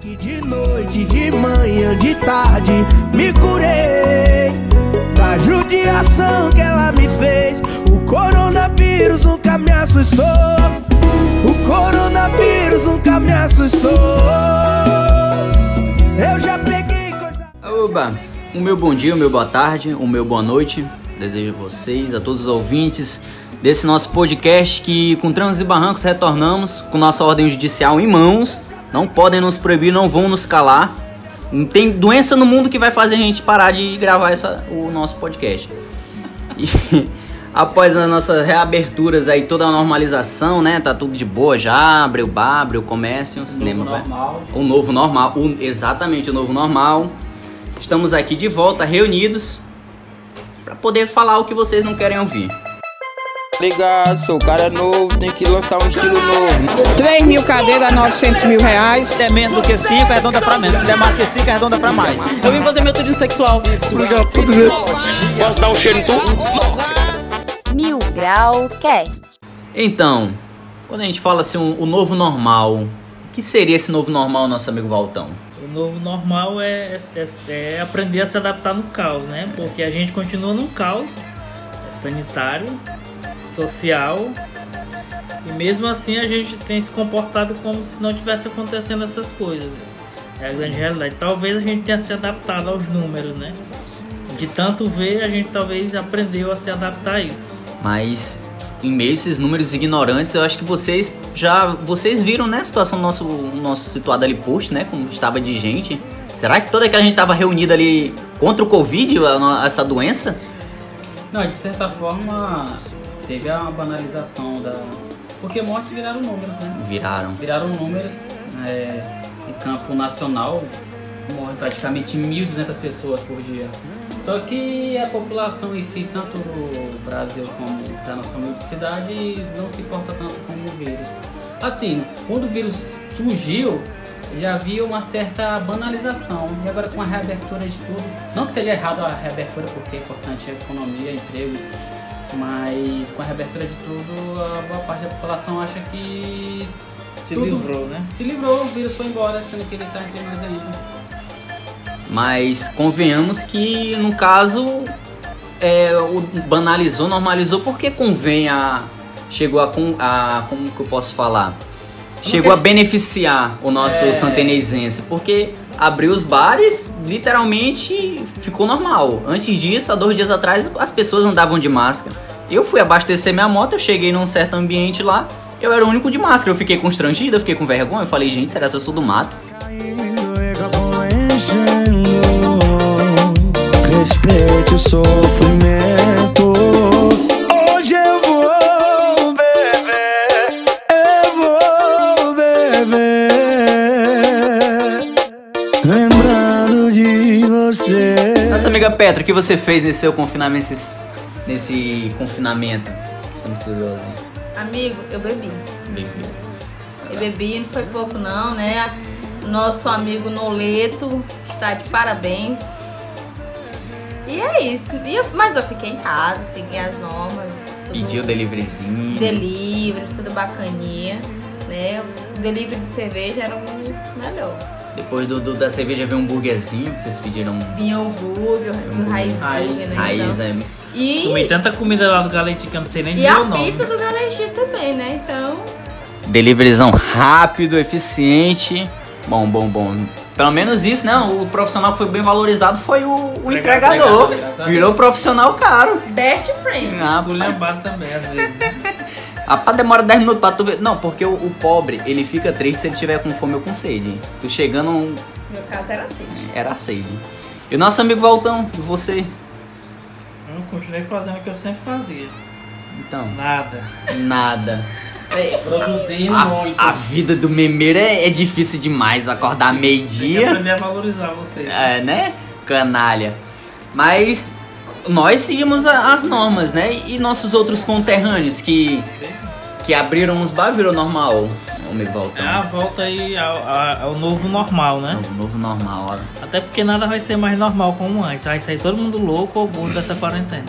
Que de noite, de manhã, de tarde me curei da judiação que ela me fez. O coronavírus nunca me assustou. O coronavírus nunca me assustou. Eu já peguei coisa. Oba, o meu bom dia, o meu boa tarde, o meu boa noite. Desejo a vocês, a todos os ouvintes desse nosso podcast que com trancos e barrancos retornamos com nossa ordem judicial em mãos. Não podem nos proibir, não vão nos calar. Não tem doença no mundo que vai fazer a gente parar de gravar essa- o nosso podcast. E após as nossas reaberturas aí, toda a normalização, né? Tá tudo de boa já, abre o bar, abre o comércio, o cinema vai. normal. O novo normal, o- exatamente, o novo normal. Estamos aqui de volta, reunidos, para poder falar o que vocês não querem ouvir. Ligado, sou cara novo, tem que lançar um estilo novo. 3 mil cadeiras, 900 mil reais. Se der menos do que 5, arredonda pra menos. Se der mais do que 5, arredonda pra mais. Eu vim fazer meu turismo sexual. Posso dar um cheiro em tu? Mil Grau Cast. Então, quando a gente fala assim, o o novo normal, o que seria esse novo normal, nosso amigo Valtão? O novo normal é, é- é aprender a se adaptar no caos, né? Porque a gente continua num caos sanitário, social, e mesmo assim a gente tem se comportado como se não tivesse acontecendo essas coisas. É a grande realidade. Talvez a gente tenha se adaptado aos números, né? De tanto ver, a gente talvez aprendeu a se adaptar a isso. Mas em meio a esses números ignorantes, eu acho que vocês já vocês viram, né, a situação do nosso o nosso situado ali post, né, como estava de gente. Será que toda aquela gente estava reunida ali contra o Covid, a no- essa doença? Não, de certa forma, teve a banalização da. Porque mortes viraram números, né? Viraram. Viraram números é, em campo nacional, morrem praticamente 1.200 pessoas por dia. Só que a população em si, tanto do Brasil como da nossa multicidade, não se importa tanto com o vírus. Assim, quando o vírus surgiu, já havia uma certa banalização. E agora com a reabertura de tudo, não que seja errado a reabertura, porque é importante a economia, emprego, mas com a reabertura de tudo, a boa parte da população acha que Se Tudo. livrou, né? se livrou, o vírus foi embora, sendo que ele tá entre nós ainda. Mas convenhamos que, no caso, é, o banalizou, normalizou, porque convém a. Chegou a. con- a- como que eu posso falar? Chegou a beneficiar o nosso É. santeneisense, porque abriu os bares, literalmente ficou normal. Antes disso, há dois dias atrás, as pessoas andavam de máscara. Eu fui abastecer minha moto, eu cheguei num certo ambiente lá, eu era o único de máscara. Eu fiquei constrangido, eu fiquei com vergonha, eu falei, gente, será que eu sou do mato? é Respeite o sofrimento. Hoje eu vou beber, eu vou beber. Lembrando de você. Nossa amiga Petra, o que você fez nesse seu confinamento? esses- nesse confinamento? Tô muito curioso, hein? Amigo, eu bebi. Eu bebi, não foi pouco não, né? Nosso amigo Noleto está de parabéns. E é isso. E eu- mas eu fiquei em casa, segui as normas. tudo Pediu deliveryzinho. delivery, tudo bacaninha, né? O delivery de cerveja era o melhor. Depois do, do- da cerveja veio um burguerzinho que vocês pediram. Vinha o burger, o raiz burger, né? Raiz, então. é. Comi E, tanta comida lá do Galete que eu não sei nem e dizer o a nome. pizza do Garanti também, né? Então, Deliveryzão rápido, eficiente. Bom, bom, bom. Pelo menos isso, né? O profissional que foi bem valorizado foi o, um o entregador. Entregador, graças a Virou profissional caro. best friend. um Ah, Esculhambado também, às vezes. A pá Ah, demora 10 minutos pra tu ver. Não, porque o, o pobre, ele fica triste se ele tiver com fome ou com sede. Tu chegando um- Meu caso era assim. era a sede. E o nosso amigo Valtão, e você? Eu continuei fazendo o que eu sempre fazia. Então, Nada. nada. Produzindo muito. A, a vida do memeiro é, é difícil demais. Acordar Tem que meio-dia, aprender a valorizar vocês. é, né? Canalha. Mas nós seguimos a- as normas, né? E nossos outros conterrâneos que, que abriram os bar virou normal. Ô, amigo É a Valtão. volta aí ao, ao- ao novo normal, né? Novo, novo normal, ó. Até porque nada vai ser mais normal como antes. Vai sair todo mundo louco ou burro dessa quarentena.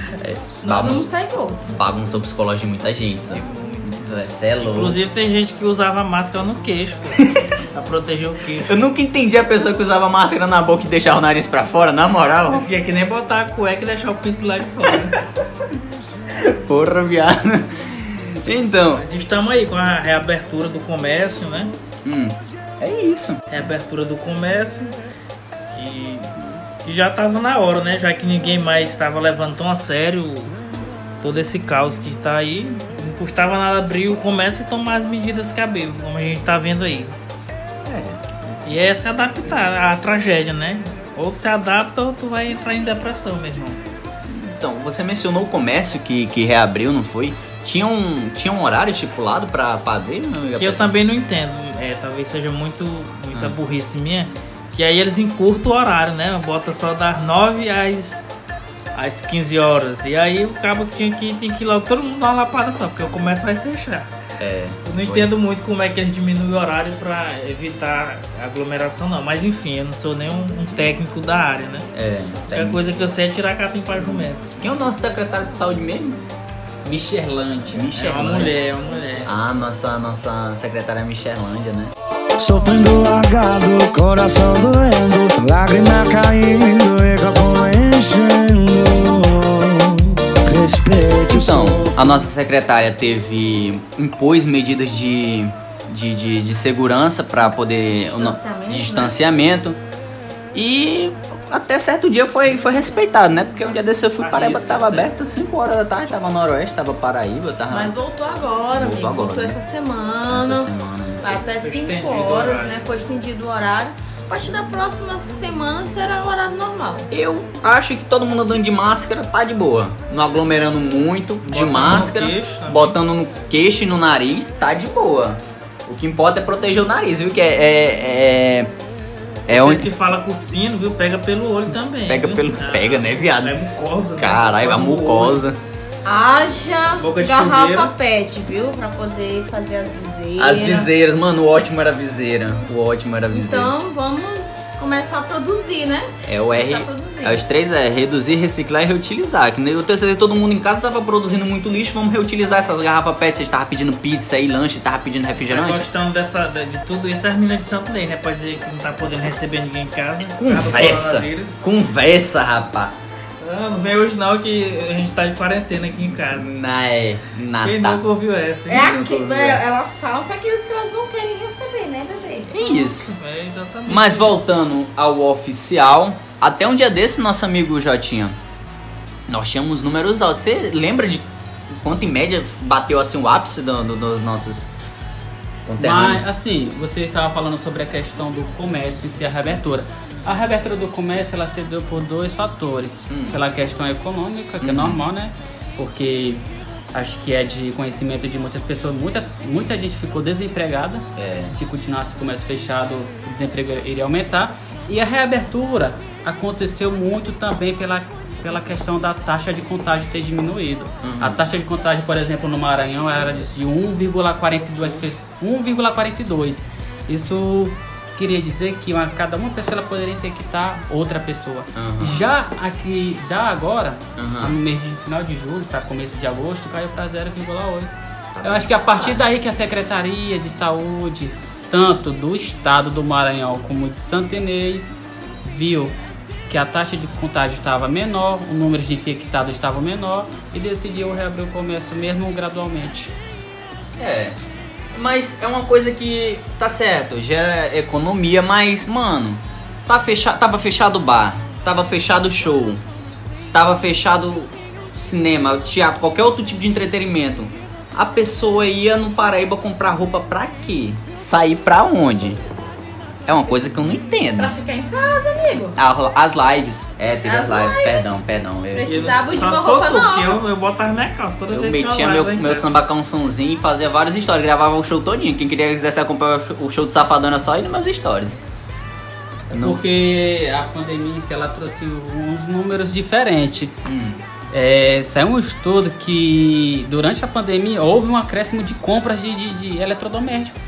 Nós vamos Bagunça, sair gordos. bagunça o psicológico de muita gente. Você é louco. Inclusive tem gente que usava máscara no queixo, pô. Pra proteger o queixo. Eu nunca entendi a pessoa que usava máscara na boca e deixava o nariz pra fora, na moral. Isso aqui é que nem botar a cueca e deixar o pinto lá de fora. Porra, viado. Então, Mas estamos aí com a reabertura do comércio, né? hum, é isso. Reabertura do comércio. Que, que já tava na hora, né? Já que ninguém mais estava levando tão a sério todo esse caos que está aí. Não custava nada abrir o comércio e tomar as medidas cabíveis, como a gente tá vendo aí. E é se adaptar à tragédia, né? Ou tu se adapta ou tu vai entrar em depressão, meu irmão. Então, você mencionou o comércio que, que reabriu, não foi? Tinha um, tinha um horário estipulado pra padeiro? Não, Que eu também não entendo. É, talvez seja muito muita burrice minha. Que aí eles encurtam o horário, né? Bota só das 9 às, às 15 horas. E aí o cabo que tinha que, tinha que ir lá, todo mundo dá uma lapada só, porque o comércio vai fechar. É, Eu não foi. entendo muito como é que eles diminuem o horário pra evitar aglomeração, não. Mas enfim, eu não sou nem um, um técnico da área, né? É, A única coisa que eu sei é tirar capim para jumento. Quem é o nosso secretário de saúde mesmo? Michelante. É uma mulher, é uma mulher. Ah, nossa, nossa secretária Michelândia, né? Sofrendo largado, coração doendo, lágrima caindo é e copo enchendo. Respeite o Então, som. a nossa secretária teve. impôs medidas de, de, de, de segurança pra poder. o no- Distanciamento, né? distanciamento. E até certo dia foi, foi respeitado, né? Porque um dia desse eu fui Paraíba, tava aberto 5 horas da tarde, tava Noroeste, tava Paraíba, tava. Mas voltou Voltou agora, amigo. agora, Ah. voltou né? essa semana. essa semana. né? Vai até Foi 5 estendido o horas, horário. né? Foi estendido o horário. A partir da próxima semana será o horário normal. Eu acho que todo mundo andando de máscara tá de boa. Não aglomerando muito, de Botando no máscara, queixo tá? também. botando no queixo e no nariz, tá de boa. O que importa é proteger o nariz, viu? Que é. É, é, é Vocês onde. que fala cuspindo, viu? Pega pelo olho também. Pega viu? pelo. Ah, Pega, né, É viado? mucosa. né? Caralho, a no olho. mucosa. Haja Boca de garrafa chuveiro. pet, viu? Pra poder fazer as viseiras. As viseiras, mano, o ótimo era a viseira. O ótimo era a viseira. Então vamos começar a produzir, né? é o R. Começar a produzir. É os três é reduzir, reciclar e reutilizar. Que nem- eu tenho certeza que todo mundo em casa tava produzindo muito lixo, vamos reutilizar essas garrafas PET. Vocês estavam pedindo pizza aí, lanche, tava pedindo Nós refrigerante. gostamos Tá dessa, de de tudo isso, as meninas de Santo Lei, né? Pode dizer que não tá podendo receber ninguém em casa. por causa do Conversa! coronavírus. Conversa, rapá! Ah, não vem hoje não que a gente tá de quarentena aqui em casa. Na é, Quem nunca nada. ouviu essa, hein? É aqui, elas falam pra aqueles que elas não querem receber, né, bebê? É isso. É, exatamente. Mas voltando ao oficial, até um dia desse, nosso amigo Jotinha, nós tínhamos números altos. Você lembra de quanto em média bateu assim o ápice do- do- dos nossos conterrâneos? Mas, assim, você estava falando sobre a questão do comércio e se a reabertura. A reabertura do comércio, ela se deu por dois fatores. Hum. Pela questão econômica, que é Uhum. normal, né? Porque acho que é de conhecimento de muitas pessoas. Muitas, muita gente ficou desempregada. É. Se continuasse o comércio fechado, o desemprego iria aumentar. E a reabertura aconteceu muito também pela, pela questão da taxa de contágio ter diminuído. Uhum. A taxa de contágio, por exemplo, no Maranhão era de 1,42. pe- 1,42. Isso queria dizer que uma- cada uma pessoa ela poderia infectar outra pessoa. Uhum. Já aqui, já agora, Uhum. no mês de final de julho para começo de agosto, caiu para 0,8. Eu acho que é a partir daí que a Secretaria de Saúde, tanto do estado do Maranhão como de Santa Inês, viu que a taxa de contágio estava menor, o número de infectados estava menor e decidiu reabrir o comércio mesmo gradualmente. É. Mas é uma coisa que tá certo, gera economia, mas, mano, tá fecha... tava fechado o bar, tava fechado o show, tava fechado o cinema, o teatro, qualquer outro tipo de entretenimento. A pessoa ia no Paraíba comprar roupa pra quê? Sair pra onde? É uma coisa que eu não entendo. Pra ficar em casa, amigo. Ah, As lives. É, teve as, As lives. lives. perdão, perdão. Eu, Eu não- Precisava de só uma se roupa for tu, porque nova. Eu, eu botava minha calça toda Eu vez que metia uma meu, live lá em meu casa. sambacançãozinho e fazia várias histórias. Gravava o show todinho. Quem queria quisesse acompanhar o show- o show do Safadão era só ir nos meus stories. Eu não- Porque a pandemia, se ela trouxe uns números diferentes. Hum, É, saiu um estudo que durante a pandemia houve um acréscimo de compras de, de, de eletrodomésticos.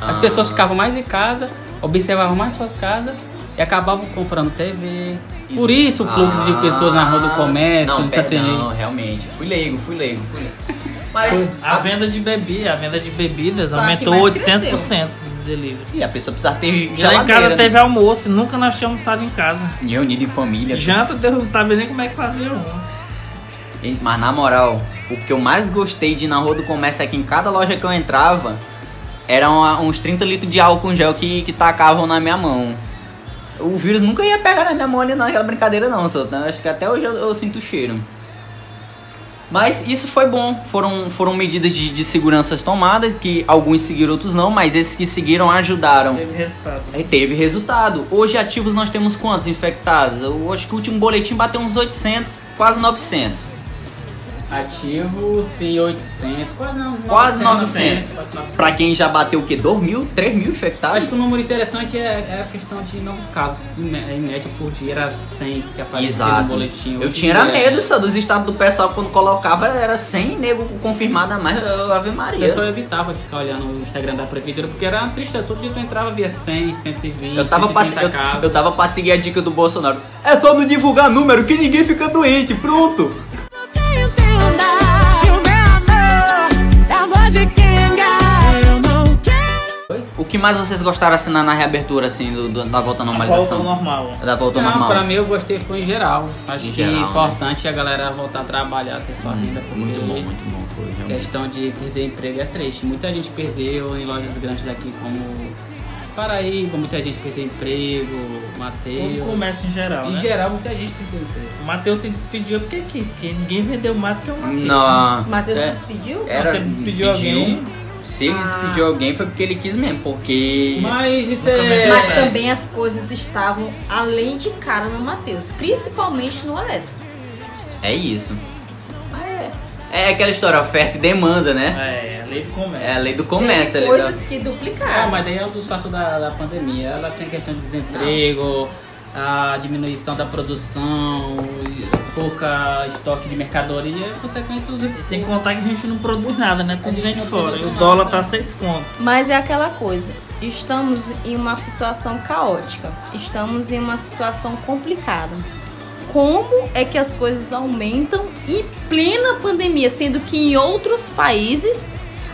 As Ah. pessoas ficavam mais em casa, observavam mais suas casas e acabavam comprando TV. Por isso o fluxo de pessoas na rua do comércio, Ah, não, de Santa Inês. perdão, realmente. Fui leigo, fui leigo, fui leigo. Mas A venda de bebida, a venda de bebidas Foi a que aumentou mais 800%. delivery. E a pessoa precisa ter E lá em geladeira, casa né? teve almoço, nunca nós tínhamos almoçado em casa. Reunido em família. assim. Janta, Deus não sabia nem como é que fazia um. Gente, Mas na moral, o que eu mais gostei de ir na rua do comércio é que em cada loja que eu entrava, eram a- uns 30 litros de álcool em gel que, que tacavam na minha mão. O vírus nunca ia pegar na minha mão ali naquela brincadeira não, só né? acho que até hoje eu, eu sinto o cheiro. Mas isso foi bom, foram, foram medidas de, de segurança tomadas, que alguns seguiram, outros não, mas esses que seguiram ajudaram. Teve resultado. Aí teve resultado. Hoje ativos nós temos quantos infectados? Eu acho que o último boletim bateu uns 800, quase 900. Ativos tem 800, quase não. Quase 900. Quase 900. Pra quem já bateu o quê? 2 mil? 3 mil Acho infectados? que um número interessante é, é a questão de novos casos. Em mé- em média, por dia era 100 que aparecia no Exato. boletim. Eu Hoje tinha era em dia, é medo só dos estados do pessoal quando colocava era 100 nego confirmado a mais eu- Ave O Maria. pessoal evitava ficar olhando o Instagram da prefeitura porque era uma tristeza. Todo dia tu entrava via 100, 120, Eu tava, pra, 130 se- eu, casos. eu tava pra seguir a dica do Bolsonaro. É só não divulgar número que ninguém fica doente. Pronto. é O que mais vocês gostaram assim na, na reabertura assim do- do- da Ah, volta à Volta ao normalização? normal. Da volta ao Não, normal. pra mim eu gostei foi em geral. Acho Em que geral, é né? Hum, importante a galera voltar a trabalhar, ter sua renda. Porque Muito bom, muito bom foi. a realmente. questão de perder emprego é triste. Muita gente perdeu em lojas grandes aqui como Paraíba, muita gente perdeu emprego, Todo Mateus. comércio em geral, Em né? geral, muita gente perdeu emprego. O Matheus se despediu é porque, que, que ninguém vendeu mato que é o Matheus. Não. Matheus É. se despediu? Era, Se ele despediu alguém- Se ele despediu alguém foi porque ele quis mesmo, porque. Mas isso Nunca é. mais- Mas É. também as coisas estavam além de cara no Matheus, principalmente no elétrico. É isso. É aquela história, oferta e demanda, né? É, a lei do comércio. É a lei do comércio, é Teve legal. coisas que Ah, duplicaram. mas daí é um dos fatos da, da pandemia. Ela tem questão de desemprego, a diminuição da produção, pouca estoque de mercadoria, consequência os E Sem contar que a gente não produz nada, né? A Tudo gente vem de não fora. produz E o nada. dólar tá seis conto. Mas é aquela coisa, estamos em uma situação caótica, estamos em uma situação complicada. Como é que as coisas aumentam em plena pandemia, sendo que em outros países,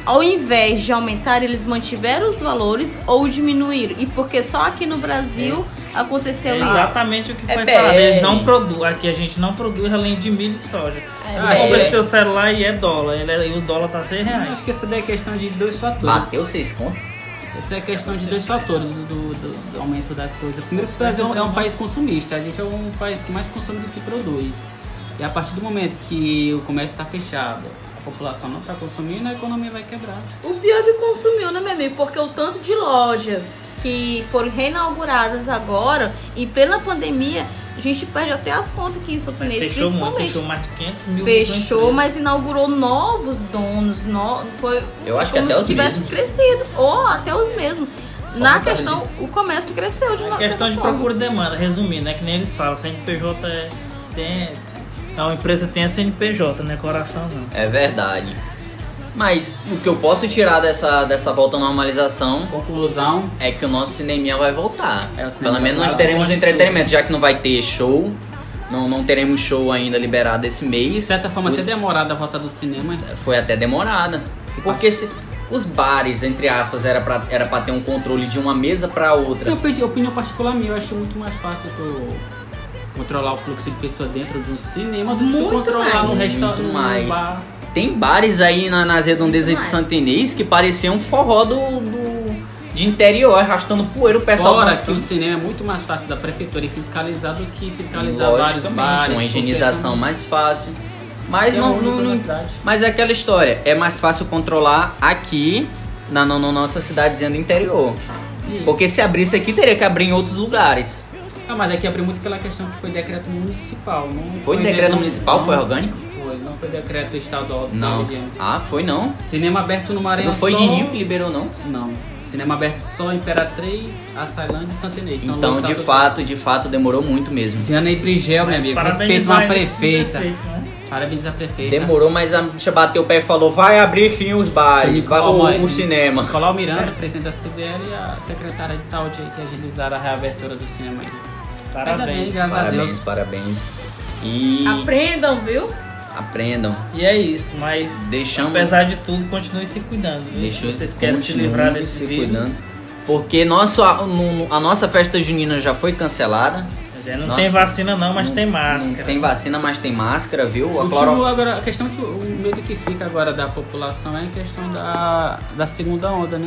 ao invés de aumentar, eles mantiveram os valores ou diminuíram? E porque só aqui no Brasil aconteceu É isso? exatamente o que É foi falado. Eles BR. não produzem. Aqui a gente não produz além de milho e soja. É, Ah, é. compra esse teu celular e é dólar. Ele é- e o dólar tá seis reais. Acho que essa daí é questão de dois fatores. Bateu seis conto? Essa é questão de dois fatores do, do- do aumento das coisas. Primeiro, que o Brasil é um- é um país consumista. A gente é um país que mais consome do que produz. E a partir do momento que o comércio está fechado, a população não está consumindo, a economia vai quebrar. O pior é que consumiu, né, meu amigo? Porque o tanto de lojas que foram reinauguradas agora e pela pandemia, a gente perde até as contas aqui em Santo Mas Inês, fechou muito, principalmente. fechou mais de 500 mil. né? Fechou, microempresas. mas inaugurou novos donos. No... Foi Eu acho que como até se os tivesse mesmos. crescido. Ou até os mesmos. Só Na vontade questão, o comércio cresceu de É uma questão certa de forma. procura e demanda, resumindo, né? Que nem eles falam, CNPJ é, tem. Não, a empresa tem a CNPJ, né? Coração não. É verdade. Mas o que eu posso tirar dessa, dessa volta à normalização Conclusão, é que o nosso cineminha vai voltar. É, o cinema Pelo menos vai nós voltar. teremos entretenimento, já que não vai ter show. Não, não teremos show ainda liberado esse mês. de certa forma, Os- até demorada a volta do cinema. foi até demorada. Porque se os bares, entre aspas, era pra, era pra ter um controle de uma mesa pra Se eu outra. pedir opinião particular minha, eu acho muito mais fácil tu controlar o fluxo de pessoa dentro de um cinema do que tu Muito controlar mais. um Muito restaurante, mais. um bar. Tem bares aí na- nas redondezas de Demais. Santa Inês que pareciam um forró do, do- de interior, arrastando poeira, o pessoal Fora que o dançando. cinema é muito mais fácil da prefeitura fiscalizar do que fiscalizar vários Logicamente, bares. um uma higienização mais fácil. Mas mais não, não, não- Mas é aquela história, é mais fácil controlar aqui na, na- na nossa cidadezinha do interior. Porque se abrisse aqui, teria que abrir em outros lugares. Ah, mas aqui abriu muito pela questão que foi decreto municipal. Não foi, Foi decreto municipal? Foi orgânico? Foi, não foi decreto estadual. da Não. região. Ah, foi não. Cinema aberto no Maranhão Não foi só... de Nil que liberou, não. Não. Cinema aberto só Imperatriz, Açailândia e Santa Inês. São Então, dois de estados- fato, de fato, demorou muito mesmo. Diana e Prigel, meu amigo. Respeito parabenizar uma ele, prefeita. prefeito, né? Parabéns à prefeita. Demorou, mas a bicha bateu o pé e falou: vai abrir sim os bares, Sim, vai, calma é. aí. ou o cinema. Nicolau Miranda, presidente da CBL, e a secretária de saúde aí que agilizaram a reabertura do cinema aí. Ainda Parabéns. bem, graças a Parabéns, Deus. parabéns. E Aprendam, viu? aprendam. E é isso, mas Deixamos. apesar de tudo, continue se cuidando. Viu? Deixa se vocês querem se continue livrar desse se vírus, cuidando. Porque nosso, a, no- a nossa festa junina já foi cancelada. Mas é, não Nossa. tem vacina não, mas tem Não máscara. Tem vacina, mas tem máscara, viu? A O cloro- tio agora, a questão, tio, o medo que fica agora da população é a questão da, da segunda onda, né?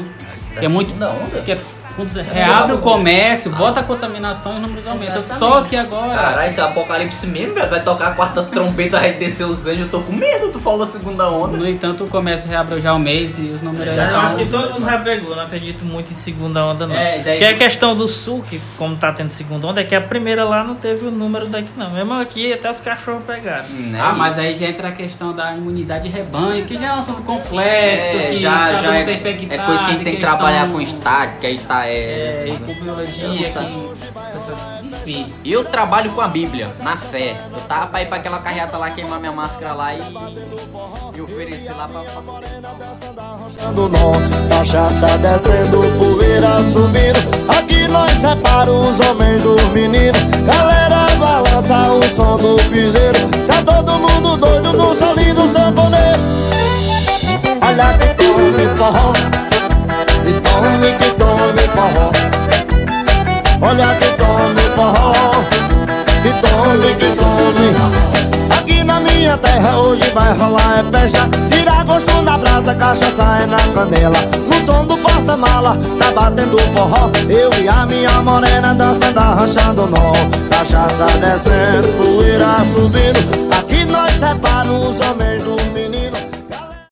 Da que é muito, segunda onda? Ah. Que é, quando você reabre o comércio, bota a contaminação e os números aumentam. Só Exatamente. que agora. Caralho, isso é apocalipse mesmo, velho. Vai tocar a quarta trombeta, vai descer os anjos. Eu tô com medo, tu falou segunda onda. No entanto, o comércio reabriu já o mês e os números Já, tá já Eu estão- acho que todo mundo já pegou, não acredito muito em segunda onda, não. É, daí- Porque a questão do sul, que como tá tendo segunda onda, é que a primeira lá não teve o número daqui, não. Mesmo aqui, até os cachorros pegaram. Né, ah, mas isso. aí já entra a questão da imunidade de rebanho, que já é um assunto complexo, É, que já, cada já um tá é, infectado, é coisa que a gente tem que questão- trabalhar com estática, aí tá, É, é... e com biologia, Eu não que sabe. pessoas- enfim. Eu trabalho com a Bíblia, na fé. Eu tava pra ir pra aquela carreata lá, queimar minha máscara lá e me oferecer lá pra... pra... Dando nó, cachaça descendo, poeira subindo. Aqui nós separa os homens do menino. Galera balança o som do piseiro. Tá todo mundo doido no solinho do sanfoneiro. Olha que tome forró, que tome, que tome forró. Olha que tome forró, que tome, que tome. Aqui na minha terra hoje vai rolar é festa. Tira gosto na brasa, cachaça é na canela. No som do porta-mala, tá batendo forró. Eu e a minha morena dançando, arranchando nó. Cachaça descendo, poeira subindo. Aqui nós separa os homens do